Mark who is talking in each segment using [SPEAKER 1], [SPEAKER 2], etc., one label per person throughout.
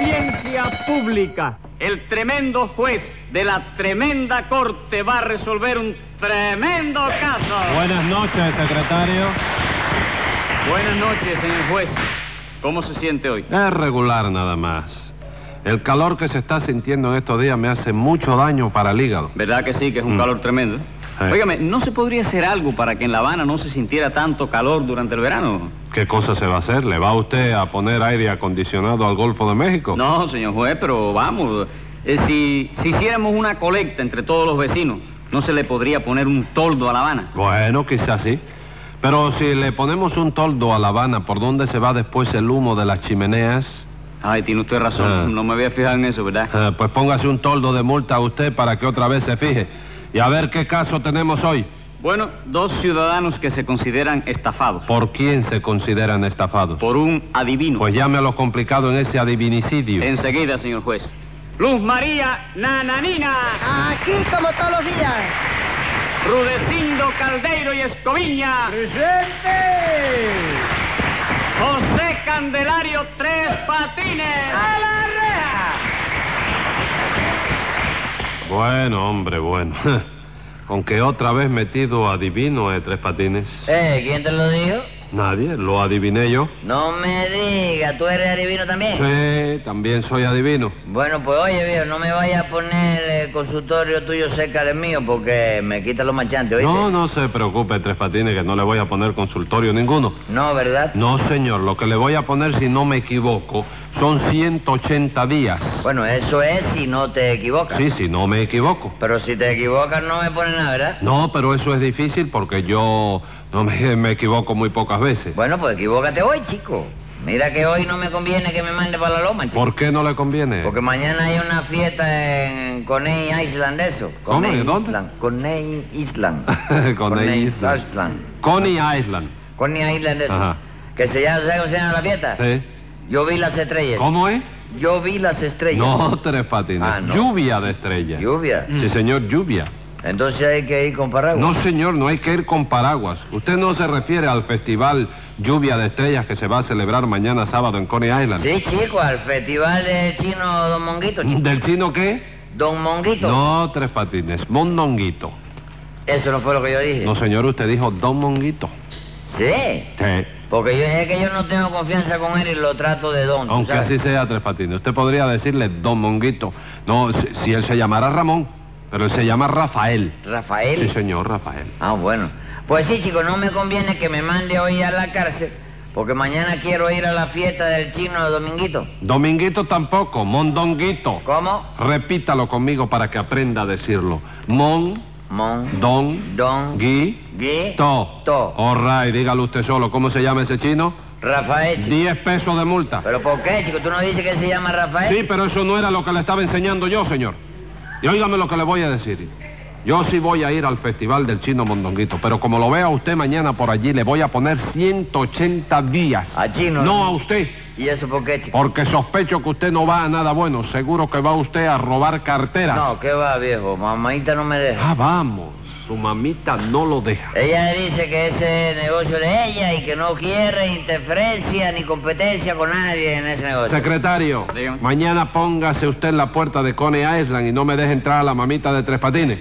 [SPEAKER 1] audiencia pública. El tremendo juez de la tremenda corte va a resolver un tremendo caso.
[SPEAKER 2] Buenas noches, secretario.
[SPEAKER 1] Buenas noches, señor juez. ¿Cómo se siente hoy?
[SPEAKER 2] Es regular nada más. El calor que se está sintiendo en estos días me hace mucho daño para el hígado.
[SPEAKER 1] ¿Verdad que sí, que es un
[SPEAKER 2] Mm.
[SPEAKER 1] calor tremendo?
[SPEAKER 2] Sí.
[SPEAKER 1] Óigame, ¿no se podría hacer algo para que en La Habana no se sintiera tanto calor durante el verano?
[SPEAKER 2] ¿Qué cosa se va a hacer? ¿Le va usted a poner aire acondicionado al Golfo de México?
[SPEAKER 1] No, señor juez, pero vamos. eh, si, si hiciéramos una colecta entre todos los vecinos, ¿no se le podría poner un toldo a La Habana?
[SPEAKER 2] Bueno, quizás sí. Pero si le ponemos un toldo a La Habana, ¿por dónde se va después el humo de las chimeneas?
[SPEAKER 1] Ay, tiene usted razón.
[SPEAKER 2] Ah.
[SPEAKER 1] No me había fijado en eso, ¿verdad?
[SPEAKER 2] Eh, pues póngase un toldo de multa a usted para que otra vez se fije. Y a ver qué caso tenemos hoy.
[SPEAKER 1] Bueno, dos ciudadanos que se consideran estafados
[SPEAKER 2] ¿Por quién se consideran estafados?
[SPEAKER 1] por un adivino.
[SPEAKER 2] Pues llame a lo complicado en ese adivinicidio.
[SPEAKER 1] Enseguida, señor juez. Luz María Nananina,
[SPEAKER 3] Aquí como todos los días.
[SPEAKER 1] Rudecindo Caldeiro y Escoviña,
[SPEAKER 3] ¡Presente!
[SPEAKER 1] José Candelario Tres Patines.
[SPEAKER 3] ¡A la reja!
[SPEAKER 2] Bueno, hombre, bueno. Con que otra vez metido adivino de tres patines.
[SPEAKER 4] Eh, ¿quién te lo dijo?
[SPEAKER 2] Nadie, lo adiviné yo.
[SPEAKER 4] No me digas, ¿tú eres adivino también? Eh.
[SPEAKER 2] Sí, también soy adivino.
[SPEAKER 4] Bueno, pues oye, viejo, no me vayas a poner el consultorio tuyo cerca del mío porque me quita los machantes, ¿oíste?
[SPEAKER 2] No, no se preocupe, tres patines, que no le voy a poner consultorio ninguno.
[SPEAKER 4] No, ¿verdad?
[SPEAKER 2] No, señor, lo que le voy a poner, si no me equivoco, son 180 días.
[SPEAKER 4] Bueno, eso es si no te equivocas.
[SPEAKER 2] Sí, si no me equivoco.
[SPEAKER 4] Pero si te equivocas no me pones nada, ¿verdad?
[SPEAKER 2] No, pero eso es difícil porque yo no me, me equivoco muy pocas veces.
[SPEAKER 4] Bueno, pues equivócate hoy, chico. Mira que hoy no me conviene que me mande para la loma, chico.
[SPEAKER 2] ¿Por qué no le conviene?
[SPEAKER 4] Porque mañana hay una fiesta en Coney Island, eso.
[SPEAKER 2] ¿Cómo?
[SPEAKER 4] Coney
[SPEAKER 2] ¿De dónde?
[SPEAKER 4] Island. Coney Island.
[SPEAKER 2] Coney Island.
[SPEAKER 4] Island.
[SPEAKER 2] Coney Island.
[SPEAKER 4] Coney Island, eso.
[SPEAKER 2] Ajá.
[SPEAKER 4] Que se llama, ¿sabes cómo se llama la fiesta?
[SPEAKER 2] Sí.
[SPEAKER 4] Yo vi las estrellas.
[SPEAKER 2] ¿Cómo es?
[SPEAKER 4] Yo vi las estrellas.
[SPEAKER 2] No, tres patines.
[SPEAKER 4] Ah, no.
[SPEAKER 2] Lluvia de estrellas.
[SPEAKER 4] Lluvia.
[SPEAKER 2] Sí, señor, lluvia.
[SPEAKER 4] Entonces hay que ir con paraguas.
[SPEAKER 2] No, señor, no hay que ir con paraguas. Usted no se refiere al festival Lluvia de Estrellas que se va a celebrar mañana sábado en Coney Island. Mm,
[SPEAKER 4] Sí, chico, al festival de chino Don Monguito, chico.
[SPEAKER 2] ¿Del chino qué?
[SPEAKER 4] Don Monguito.
[SPEAKER 2] No, tres patines. Mondonguito.
[SPEAKER 4] Eso no fue lo que yo dije.
[SPEAKER 2] No, señor, usted dijo Don Monguito.
[SPEAKER 4] Sí.
[SPEAKER 2] Sí.
[SPEAKER 4] Porque yo es que yo no tengo confianza con él y lo trato de don. ¿tú
[SPEAKER 2] Aunque
[SPEAKER 4] sabes?
[SPEAKER 2] así sea, Tres Patines. Usted podría decirle Don Monguito. No, si, si él se llamara Ramón, pero él se llama Rafael.
[SPEAKER 4] Rafael.
[SPEAKER 2] Sí, señor, Rafael.
[SPEAKER 4] Ah, bueno. Pues sí, chico, no me conviene que me mande hoy a la cárcel, porque mañana quiero ir a la fiesta del chino de Dominguito.
[SPEAKER 2] Dominguito tampoco, Mondonguito.
[SPEAKER 4] ¿Cómo?
[SPEAKER 2] Repítalo conmigo para que aprenda a decirlo. Mon,
[SPEAKER 4] Mon.
[SPEAKER 2] don,
[SPEAKER 4] Don.
[SPEAKER 2] gui,
[SPEAKER 4] Gui.
[SPEAKER 2] to.
[SPEAKER 4] To.
[SPEAKER 2] All right, dígalo usted solo. ¿Cómo se llama ese chino?
[SPEAKER 4] Rafael, chico.
[SPEAKER 2] Diez pesos de multa.
[SPEAKER 4] ¿Pero ¿eh? por qué, chico? ¿Tú no dices que él se llama Rafael?
[SPEAKER 2] Sí, pero eso no era lo que le estaba enseñando yo, señor. Y óigame lo que le voy a decir. Yo sí voy a ir al Festival del Chino Mondonguito, pero como lo vea usted mañana por allí, le voy a poner 180 días.
[SPEAKER 4] A Chino.
[SPEAKER 2] No a usted,
[SPEAKER 4] ¿Y eso por qué, chico?
[SPEAKER 2] porque sospecho que usted no va a nada bueno. Seguro que va usted a robar carteras.
[SPEAKER 4] No, ¿qué va, viejo? Mamadita no me deja.
[SPEAKER 2] Ah, vamos. Su mamita no lo deja.
[SPEAKER 4] Ella dice que ese negocio es de ella y que no quiere interferencia ni competencia con nadie en ese negocio.
[SPEAKER 2] Secretario,
[SPEAKER 1] Dígame.
[SPEAKER 2] mañana póngase usted en la puerta de Coney Island y no me deje entrar a la mamita de Tres Patines.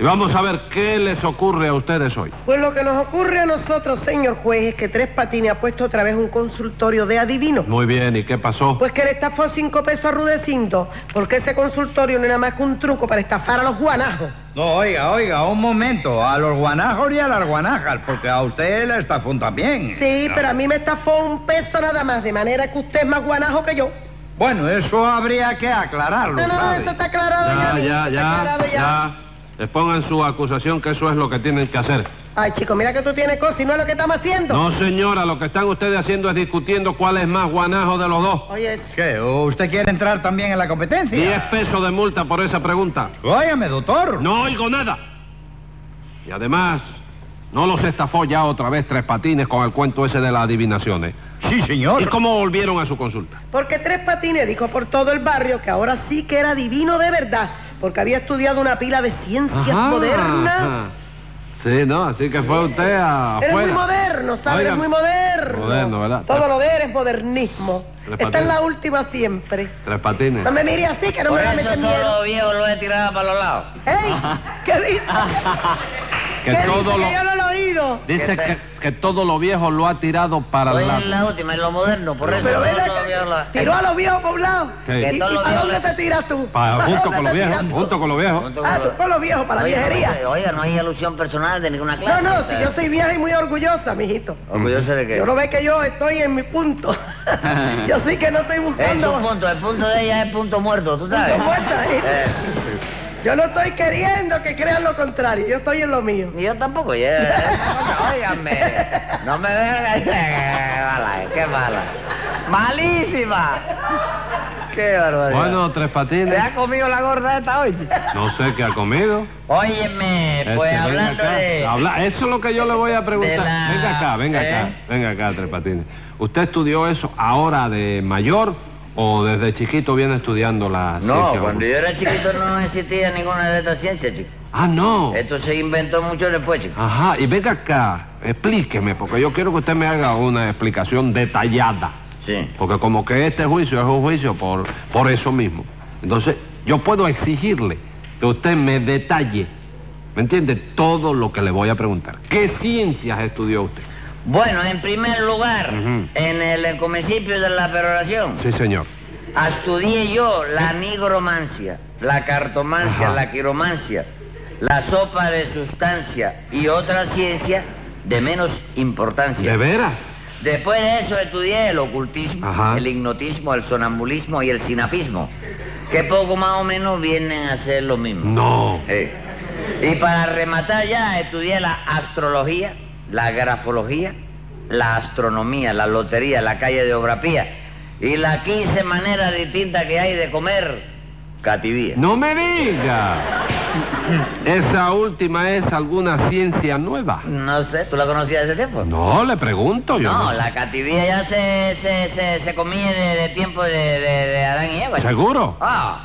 [SPEAKER 2] Y vamos a ver qué les ocurre a ustedes hoy.
[SPEAKER 3] Pues lo que nos ocurre a nosotros, señor juez, es que Tres Patines ha puesto otra vez un consultorio de adivinos.
[SPEAKER 2] Muy bien, ¿y qué pasó?
[SPEAKER 3] Pues que le estafó cinco pesos a Rudecindo, porque ese consultorio no era más que un truco para estafar a los guanajos.
[SPEAKER 5] No, oiga, oiga, un momento. A los guanajos y a las guanajas, porque a usted la estafón también.
[SPEAKER 3] Sí, pero a mí me estafó un peso nada más, de manera que usted es más guanajo que yo.
[SPEAKER 5] Bueno, eso habría que aclararlo,
[SPEAKER 3] No, no, no,
[SPEAKER 5] ¿sabe?
[SPEAKER 3] eso está aclarado ya.
[SPEAKER 2] Ya,
[SPEAKER 3] mi hijo,
[SPEAKER 2] ya,
[SPEAKER 3] está
[SPEAKER 2] ya,
[SPEAKER 3] aclarado
[SPEAKER 2] ya. Expongan su acusación que eso es lo que tienen que hacer.
[SPEAKER 3] Ay, chico, mira que tú tienes cosas y no es lo que estamos haciendo.
[SPEAKER 2] No, señora, lo que están ustedes haciendo es discutiendo cuál es más guanajo de los dos.
[SPEAKER 3] Oye, eso.
[SPEAKER 5] ¿Qué? ¿Usted quiere entrar también en la competencia?
[SPEAKER 2] Diez pesos de multa por esa pregunta.
[SPEAKER 5] Óyame, doctor.
[SPEAKER 2] No oigo nada. Y además, no los estafó ya otra vez Tres Patines con el cuento ese de las adivinaciones.
[SPEAKER 5] Sí, señor.
[SPEAKER 2] ¿Y cómo volvieron a su consulta?
[SPEAKER 3] Porque Tres Patines dijo por todo el barrio que ahora sí que era divino de verdad, porque había estudiado una pila de ciencias
[SPEAKER 2] Ajá,
[SPEAKER 3] modernas,
[SPEAKER 2] ajá. Sí, ¿no? Así que fue usted a-
[SPEAKER 3] Eh, Eres
[SPEAKER 2] afuera.
[SPEAKER 3] muy moderno, ¿sabes?
[SPEAKER 2] Oiga,
[SPEAKER 3] Eres muy moderno.
[SPEAKER 2] Moderno, ¿verdad?
[SPEAKER 3] Todo lo de eres modernismo.
[SPEAKER 2] Repateo.
[SPEAKER 3] Esta es la última siempre.
[SPEAKER 2] Tres patines.
[SPEAKER 3] No me mires así, que no
[SPEAKER 4] Por
[SPEAKER 3] me va a
[SPEAKER 4] eso
[SPEAKER 3] meter
[SPEAKER 4] todos
[SPEAKER 3] miedo.
[SPEAKER 4] los viejos lo he tirado para los lados.
[SPEAKER 3] ¡Ey! ¿Qué dices?
[SPEAKER 2] Que
[SPEAKER 3] ¿Qué dices?
[SPEAKER 2] todo lo...
[SPEAKER 3] Que yo no lo he oído.
[SPEAKER 2] Dice
[SPEAKER 4] Que-
[SPEAKER 2] que, que todo lo viejo lo ha tirado para
[SPEAKER 4] Hoy
[SPEAKER 2] el
[SPEAKER 4] es
[SPEAKER 2] lado.
[SPEAKER 4] la última, es lo moderno, por eso
[SPEAKER 3] Pero
[SPEAKER 4] todos
[SPEAKER 3] ven
[SPEAKER 4] los
[SPEAKER 3] acá,
[SPEAKER 4] viejos lo-
[SPEAKER 3] tiró a los viejos poblados.
[SPEAKER 2] Sí.
[SPEAKER 3] ¿Y,
[SPEAKER 4] Que
[SPEAKER 3] y
[SPEAKER 4] todos los
[SPEAKER 3] para
[SPEAKER 4] viejos
[SPEAKER 3] dónde
[SPEAKER 4] lo-
[SPEAKER 3] te tiras tú?
[SPEAKER 2] Pa-
[SPEAKER 3] ¿Para
[SPEAKER 2] junto
[SPEAKER 3] dónde
[SPEAKER 2] con los
[SPEAKER 3] te
[SPEAKER 2] viejos,
[SPEAKER 3] tiras tú?
[SPEAKER 2] junto con los viejos.
[SPEAKER 4] Junto
[SPEAKER 3] Ah, tú con los viejos, para la
[SPEAKER 4] Oiga,
[SPEAKER 3] viejería.
[SPEAKER 4] no, Oiga, no hay alusión personal de ninguna
[SPEAKER 3] No,
[SPEAKER 4] clase.
[SPEAKER 3] no,
[SPEAKER 4] o sea,
[SPEAKER 3] si yo soy vieja y muy orgullosa, mijito.
[SPEAKER 4] Orgulloso de que...
[SPEAKER 3] Yo no ve que yo estoy en mi punto. yo sí que no estoy
[SPEAKER 4] Es
[SPEAKER 3] buscando.
[SPEAKER 4] Eh, su punto, el punto de ella es punto muerto, ¿tú sabes?
[SPEAKER 3] Punto muerto, ahí.
[SPEAKER 4] Eh,
[SPEAKER 3] Yo no estoy queriendo que crean lo contrario. Yo estoy en lo mío.
[SPEAKER 4] Yo tampoco, ya. eh, Óigame, no me vean. Qué mala, qué mala. Malísima. Qué barbaridad.
[SPEAKER 2] Bueno, tres
[SPEAKER 4] ¿Te
[SPEAKER 2] patines.
[SPEAKER 4] ha comido la gorda esta hoy? chico?
[SPEAKER 2] No sé qué ha comido.
[SPEAKER 4] Óyeme, pues
[SPEAKER 2] Este, venga
[SPEAKER 4] hablando
[SPEAKER 2] acá.
[SPEAKER 4] de...
[SPEAKER 2] Habla- Eso es lo que yo le voy a preguntar.
[SPEAKER 4] de la-
[SPEAKER 2] Venga acá, venga
[SPEAKER 4] ¿Eh?
[SPEAKER 2] acá, venga acá, Tres Patines. ¿Usted estudió eso ahora de mayor o desde chiquito viene estudiando la
[SPEAKER 4] No,
[SPEAKER 2] ciencia?
[SPEAKER 4] cuando yo era chiquito no existía ninguna de estas ciencias, chico.
[SPEAKER 2] Ah, no.
[SPEAKER 4] Esto se inventó mucho después, chico.
[SPEAKER 2] Ajá, y venga acá, explíqueme, porque yo quiero que usted me haga una explicación detallada.
[SPEAKER 4] Sí.
[SPEAKER 2] Porque como que este juicio es un juicio por, por eso mismo. Entonces, yo puedo exigirle que usted me detalle, ¿me entiende? Todo lo que le voy a preguntar. ¿Qué ciencias estudió usted?
[SPEAKER 4] Bueno, en primer lugar,
[SPEAKER 2] Ujú.
[SPEAKER 4] en el, eh, comicipios de la peroración,
[SPEAKER 2] Sí, señor.
[SPEAKER 4] estudié yo la nigromancia, la cartomancia,
[SPEAKER 2] Ajá.
[SPEAKER 4] la quiromancia, la sopa de sustancia y otra ciencia de menos importancia.
[SPEAKER 2] ¿De veras?
[SPEAKER 4] Después de eso estudié el ocultismo,
[SPEAKER 2] Ajá.
[SPEAKER 4] el hipnotismo, el sonambulismo y el sinapismo, que poco más o menos vienen a ser lo mismo.
[SPEAKER 2] No.
[SPEAKER 4] Eh, Y para rematar ya, estudié la astrología, la grafología, la astronomía, la lotería, la calle de Obrapía y las 15 maneras distintas que hay de comer cativía.
[SPEAKER 2] No me diga. Esa última es alguna ciencia nueva.
[SPEAKER 4] No sé, ¿tú la conocías de ese tiempo?
[SPEAKER 2] No, le pregunto yo.
[SPEAKER 4] No,
[SPEAKER 2] sé.
[SPEAKER 4] la cativía ya se, se, se, se comía de, de tiempo de, de- de Adán y Eva.
[SPEAKER 2] ¿Seguro?
[SPEAKER 4] Ah,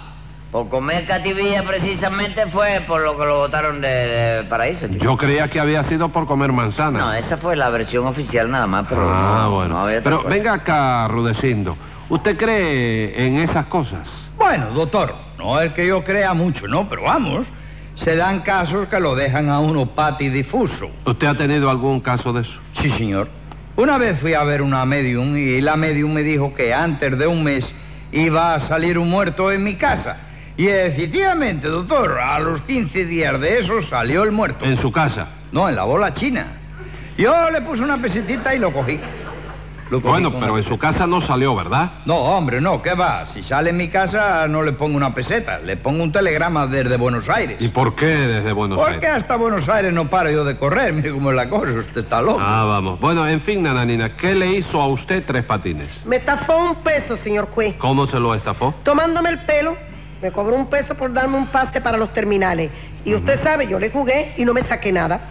[SPEAKER 4] por comer cativía precisamente fue por lo que lo votaron de, de paraíso, chico.
[SPEAKER 2] Yo creía que había sido por comer manzana.
[SPEAKER 4] No, esa fue la versión oficial nada más, pero...
[SPEAKER 2] ah,
[SPEAKER 4] no,
[SPEAKER 2] bueno.
[SPEAKER 4] no había
[SPEAKER 2] Pero
[SPEAKER 4] tal cosa.
[SPEAKER 2] venga acá, Rudecindo. ¿Usted cree en esas cosas?
[SPEAKER 5] Bueno, doctor, no es que yo crea mucho, no, pero vamos, se dan casos que lo dejan a uno patidifuso.
[SPEAKER 2] ¿Usted ha tenido algún caso de eso?
[SPEAKER 5] Sí, señor. Una vez fui a ver una medium y la medium me dijo que antes de un mes iba a salir un muerto en mi casa. Y efectivamente, doctor, a los 15 días de eso salió el muerto.
[SPEAKER 2] En su casa.
[SPEAKER 5] No, en la bola china. Yo le puse una pesetita y lo cogí. Lo cogí
[SPEAKER 2] Bueno,
[SPEAKER 5] con
[SPEAKER 2] pero
[SPEAKER 5] una
[SPEAKER 2] en su
[SPEAKER 5] peseta.
[SPEAKER 2] casa no salió, ¿verdad?
[SPEAKER 5] No, hombre, no, ¿qué va? Si sale en mi casa no le pongo una peseta, le pongo un telegrama desde Buenos Aires.
[SPEAKER 2] ¿Y por qué desde Buenos
[SPEAKER 5] Porque
[SPEAKER 2] Aires?
[SPEAKER 5] hasta Buenos Aires no paro yo de correr, mire cómo es la cosa, usted está loco.
[SPEAKER 2] Ah, vamos. Bueno, en fin, Nananina, ¿qué le hizo a usted Tres Patines?
[SPEAKER 3] Me estafó un peso, señor juez.
[SPEAKER 2] ¿Cómo se lo estafó?
[SPEAKER 3] Tomándome el pelo, me cobró un peso por darme un pase para los terminales. Y usted sabe, yo le jugué y no me saqué nada.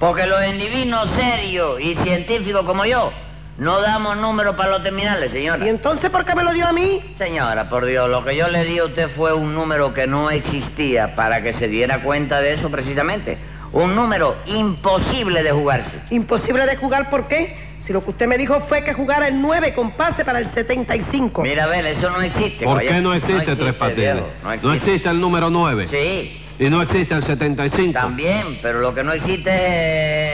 [SPEAKER 4] Porque los individuos serios y científicos como yo no damos números para los terminales, señora.
[SPEAKER 3] ¿Y entonces por qué me lo dio a mí?
[SPEAKER 4] Señora, por Dios, lo que yo le di a usted fue un número que no existía para que se diera cuenta de eso precisamente. Un número imposible de jugarse.
[SPEAKER 3] Imposible de jugar, ¿por qué? Si lo que usted me dijo fue que jugara el 9 con pase para el 75.
[SPEAKER 4] Mira, a ver, eso no existe.
[SPEAKER 2] ¿Por
[SPEAKER 4] caballero.
[SPEAKER 2] qué no existe, Tres Patines?
[SPEAKER 4] viejo, no existe.
[SPEAKER 2] No existe el número 9.
[SPEAKER 4] Sí,
[SPEAKER 2] Y no existe el 75.
[SPEAKER 4] también, pero lo que no existe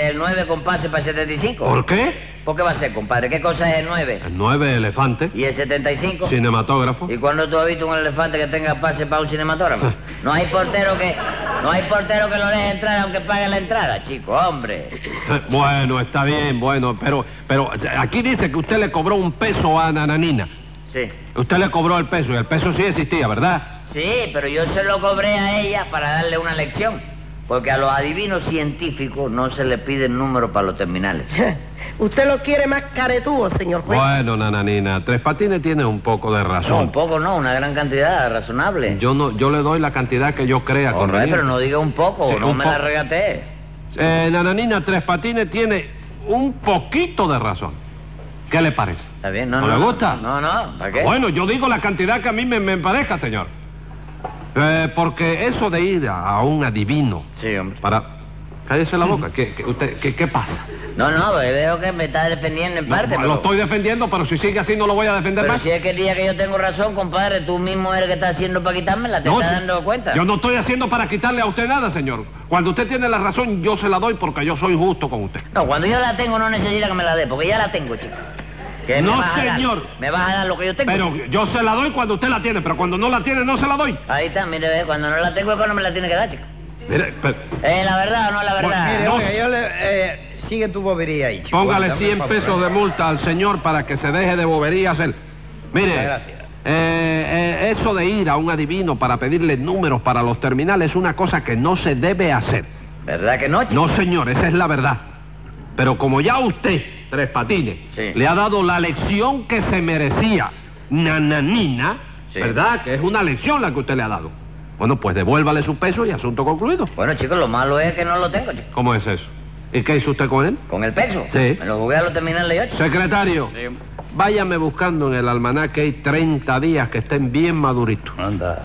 [SPEAKER 4] es el 9 con pase para el 75.
[SPEAKER 2] ¿Por qué?
[SPEAKER 4] ¿Por qué va a ser, compadre? ¿Qué cosa es el 9?
[SPEAKER 2] El 9 elefante,
[SPEAKER 4] ¿Y el 75?
[SPEAKER 2] cinematógrafo.
[SPEAKER 4] ¿Y cuándo tú has visto un elefante que tenga pase para un cinematógrafo? No hay portero que no hay portero que lo deje entrar aunque pague la entrada, chico, hombre.
[SPEAKER 2] Eh, Bueno, está bien, bueno, pero, pero eh, aquí dice que usted le cobró un peso a Nananina.
[SPEAKER 4] Sí.
[SPEAKER 2] Usted le cobró el peso y el peso sí existía, ¿verdad?
[SPEAKER 4] Sí, pero yo se lo cobré a ella para darle una lección, porque a los adivinos científicos no se les pide el número para los terminales.
[SPEAKER 3] Usted lo quiere más caretúo, señor juez.
[SPEAKER 2] Bueno, Nananina, Tres Patines tiene un poco de
[SPEAKER 4] No, pues. un
[SPEAKER 2] razón.
[SPEAKER 4] poco no, una gran cantidad, razonable.
[SPEAKER 2] Yo no, yo le doy la cantidad que yo crea
[SPEAKER 4] Hombre,
[SPEAKER 2] conveniente.
[SPEAKER 4] pero no diga un poco,
[SPEAKER 2] Sí,
[SPEAKER 4] no
[SPEAKER 2] un
[SPEAKER 4] me
[SPEAKER 2] po-
[SPEAKER 4] la regatee.
[SPEAKER 2] Eh, Nananina, Tres Patines tiene un poquito de razón. ¿Qué le parece?
[SPEAKER 4] Está bien, no,
[SPEAKER 2] ¿No
[SPEAKER 4] no.
[SPEAKER 2] le gusta?
[SPEAKER 4] No, no, ¿para qué?
[SPEAKER 2] Bueno, yo digo la cantidad que a mí me, me parezca, señor. Eh, porque eso de ir a, a un adivino
[SPEAKER 4] Sí, hombre.
[SPEAKER 2] para... Cállese la boca. ¿Qué, qué- usted, qué, qué pasa?
[SPEAKER 4] No, no, eh, veo que me está defendiendo en parte.
[SPEAKER 2] lo,
[SPEAKER 4] pero-
[SPEAKER 2] lo estoy defendiendo, pero si sigue así no lo voy a defender
[SPEAKER 4] Pero
[SPEAKER 2] más.
[SPEAKER 4] si es que el día que yo tengo razón, compadre, tú mismo eres el que está haciendo para quitármela, te
[SPEAKER 2] No,
[SPEAKER 4] estás
[SPEAKER 2] si-
[SPEAKER 4] dando cuenta.
[SPEAKER 2] Yo no estoy haciendo para quitarle a usted nada, señor. Cuando usted tiene la razón, yo se la doy porque yo soy justo con usted.
[SPEAKER 4] No, cuando yo la tengo no necesita que me la dé, porque ya la tengo, chico. Que me
[SPEAKER 2] No,
[SPEAKER 4] vas a dar-
[SPEAKER 2] señor.
[SPEAKER 4] me vas a dar lo que yo tengo.
[SPEAKER 2] Pero yo se la doy cuando usted la tiene, pero cuando no la tiene, no se la doy.
[SPEAKER 4] Ahí está, mire, ve, cuando no la tengo es cuando me la tiene que dar, chico.
[SPEAKER 2] Mire, pe-
[SPEAKER 4] ¿Es la verdad o no es la
[SPEAKER 2] Pues,
[SPEAKER 4] verdad?
[SPEAKER 5] Mire,
[SPEAKER 2] No.
[SPEAKER 5] oiga, yo le- eh, sigue tu bobería ahí, chico.
[SPEAKER 2] póngale
[SPEAKER 5] Dame
[SPEAKER 2] 100
[SPEAKER 5] favor.
[SPEAKER 2] pesos de multa al señor para que se deje de boberías él. Mire,
[SPEAKER 5] Muchas gracias.
[SPEAKER 2] eh, eh, eso de ir a un adivino para pedirle números para los terminales es una cosa que no se debe hacer.
[SPEAKER 4] ¿Verdad que no, chico?
[SPEAKER 2] No, señor, esa es la verdad. Pero como ya usted, Tres Patines,
[SPEAKER 4] Sí.
[SPEAKER 2] le ha dado la lección que se merecía, nananina,
[SPEAKER 4] Sí.
[SPEAKER 2] ¿verdad? Que es una lección la que usted le ha dado. Bueno, pues devuélvale su peso y asunto concluido.
[SPEAKER 4] Bueno, chicos, lo malo es que no lo tengo, chico.
[SPEAKER 2] ¿Cómo es eso? ¿Y qué hizo usted con él?
[SPEAKER 4] Con el peso.
[SPEAKER 2] Sí.
[SPEAKER 4] Me lo jugué a lo terminales yo, chico.
[SPEAKER 2] Secretario,
[SPEAKER 1] Sí.
[SPEAKER 2] váyame buscando en el almanaque hay 30 días que estén bien maduritos.
[SPEAKER 5] Anda.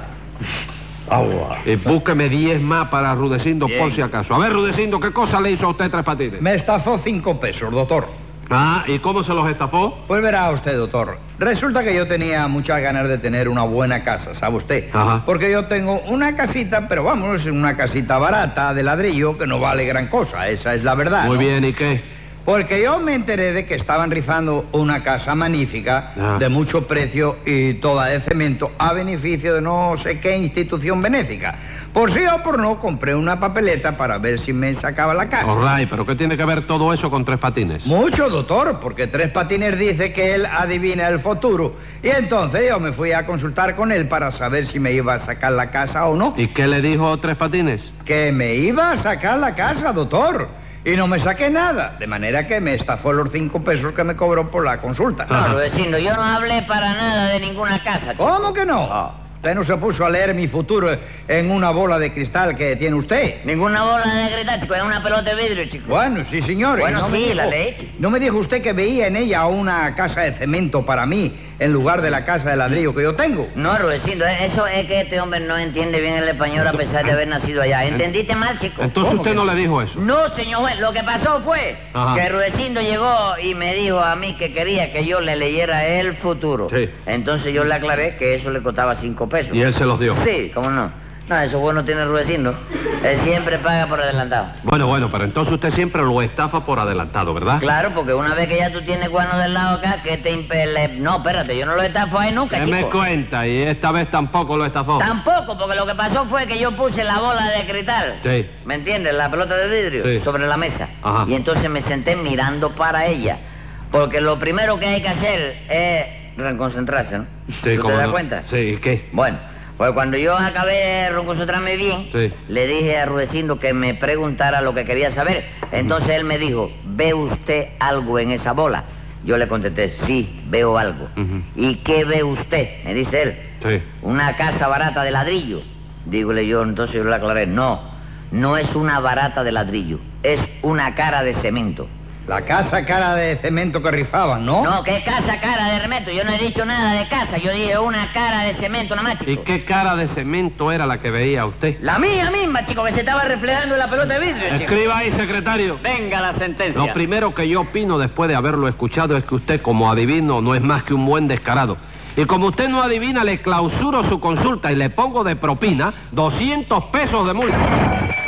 [SPEAKER 5] Agua.
[SPEAKER 2] Y búsqueme 10 más para Rudecindo por
[SPEAKER 1] Bien.
[SPEAKER 2] si acaso. A ver, Rudecindo, ¿qué cosa le hizo a usted Tres Patines?
[SPEAKER 5] Me estafó cinco pesos, doctor.
[SPEAKER 2] Ah, ¿y cómo se los estafó?
[SPEAKER 5] Pues verá usted, doctor. Resulta que yo tenía muchas ganas de tener una buena casa, ¿sabe usted?
[SPEAKER 2] Ajá.
[SPEAKER 5] Porque yo tengo una casita, pero vamos, una casita barata de ladrillo que no vale gran cosa, esa es la verdad.
[SPEAKER 2] Muy
[SPEAKER 5] ¿no?
[SPEAKER 2] bien, ¿y qué?
[SPEAKER 5] Porque yo me enteré de que estaban rifando una casa magnífica,
[SPEAKER 2] Ah.
[SPEAKER 5] de mucho precio y toda de cemento, a beneficio de no sé qué institución benéfica. Por sí o por no, compré una papeleta para ver si me sacaba la casa.
[SPEAKER 2] All right, pero ¿qué tiene que ver todo eso con tres patines?
[SPEAKER 5] Mucho, doctor, porque Tres Patines dice que él adivina el futuro. Y entonces yo me fui a consultar con él para saber si me iba a sacar la casa o no.
[SPEAKER 2] ¿Y qué le dijo tres patines?
[SPEAKER 5] Que me iba a sacar la casa, doctor. Y no me saqué nada. De manera que me estafó los cinco pesos que me cobró por la consulta.
[SPEAKER 2] Ah.
[SPEAKER 4] No, lo vecino, yo no hablé para nada de ninguna casa, chico.
[SPEAKER 5] ¿Cómo que no?
[SPEAKER 4] Ah.
[SPEAKER 5] Usted no se puso a leer mi futuro en una bola de cristal que tiene usted.
[SPEAKER 4] Ninguna bola de gritar, chico, era una pelota de vidrio, chico.
[SPEAKER 5] Bueno, sí, señor. y
[SPEAKER 4] Bueno,
[SPEAKER 5] me
[SPEAKER 4] sí,
[SPEAKER 5] dijo-
[SPEAKER 4] la leche.
[SPEAKER 5] No me dijo usted que veía en ella una casa de cemento para mí en lugar de la casa de ladrillo que yo tengo.
[SPEAKER 4] No, Rudecindo, eh, eso es que este hombre no entiende bien el español a pesar de haber nacido allá. ¿Entendiste mal, chico?
[SPEAKER 2] Entonces
[SPEAKER 5] ¿cómo
[SPEAKER 2] usted
[SPEAKER 5] que
[SPEAKER 2] no
[SPEAKER 5] no?
[SPEAKER 2] le dijo eso.
[SPEAKER 4] No, señor juez, lo que pasó fue
[SPEAKER 2] Ajá.
[SPEAKER 4] que Rudecindo llegó y me dijo a mí que quería que yo le leyera el futuro.
[SPEAKER 2] Sí.
[SPEAKER 4] Entonces yo le aclaré que eso le costaba cinco pesos.
[SPEAKER 2] Y él se los dio.
[SPEAKER 4] Sí, cómo no. No, eso bueno tiene Rudecindo. Él siempre paga por adelantado.
[SPEAKER 2] Bueno, bueno, pero entonces usted siempre lo estafa por adelantado, ¿verdad?
[SPEAKER 4] Claro, porque una vez que ya tú tienes guano del lado acá, que te impele... No, espérate, yo no lo estafo ahí nunca,
[SPEAKER 2] ¿Qué me
[SPEAKER 4] chico.
[SPEAKER 2] cuenta? Y esta vez tampoco lo estafó.
[SPEAKER 4] Tampoco, porque lo que pasó fue que yo puse la bola de cristal.
[SPEAKER 2] Sí.
[SPEAKER 4] ¿Me entiendes? La pelota de vidrio
[SPEAKER 2] Sí.
[SPEAKER 4] sobre la mesa.
[SPEAKER 2] Ajá.
[SPEAKER 4] Y entonces me senté mirando para ella. Porque lo primero que hay que hacer es reconcentrarse, ¿no?
[SPEAKER 2] Sí,
[SPEAKER 4] ¿Tú
[SPEAKER 2] ¿cómo
[SPEAKER 4] te das
[SPEAKER 2] no?
[SPEAKER 4] cuenta?
[SPEAKER 2] Sí, ¿y qué?
[SPEAKER 4] Bueno, pues cuando yo acabé de reconcentrarme bien,
[SPEAKER 2] Sí.
[SPEAKER 4] le dije a Rudecindo que me preguntara lo que quería saber. Entonces él me dijo, ¿ve usted algo en esa bola? Yo le contesté, sí, veo algo.
[SPEAKER 2] Ujú.
[SPEAKER 4] ¿Y qué ve usted? Me dice él.
[SPEAKER 2] Sí.
[SPEAKER 4] Una casa barata de ladrillo. Dígole yo, entonces yo le aclaré, no, no es una barata de ladrillo, es una cara de cemento.
[SPEAKER 5] La casa cara de cemento que rifaban,
[SPEAKER 2] ¿Oh?
[SPEAKER 5] ¿no?
[SPEAKER 4] No, que casa cara de remeto, yo no he dicho nada de casa, yo dije una cara de cemento nomás,
[SPEAKER 2] ¿Y
[SPEAKER 4] chico.
[SPEAKER 2] qué cara de cemento era la que veía usted?
[SPEAKER 4] La mía misma, chico, que se estaba reflejando en la pelota de vidrio, chico.
[SPEAKER 2] Escriba ahí, secretario.
[SPEAKER 1] Venga la sentencia.
[SPEAKER 2] Lo primero que yo opino después de haberlo escuchado es que usted, como adivino, no es más que un buen descarado. Y como usted no adivina, le clausuro su consulta y le pongo de propina 200 pesos de multa.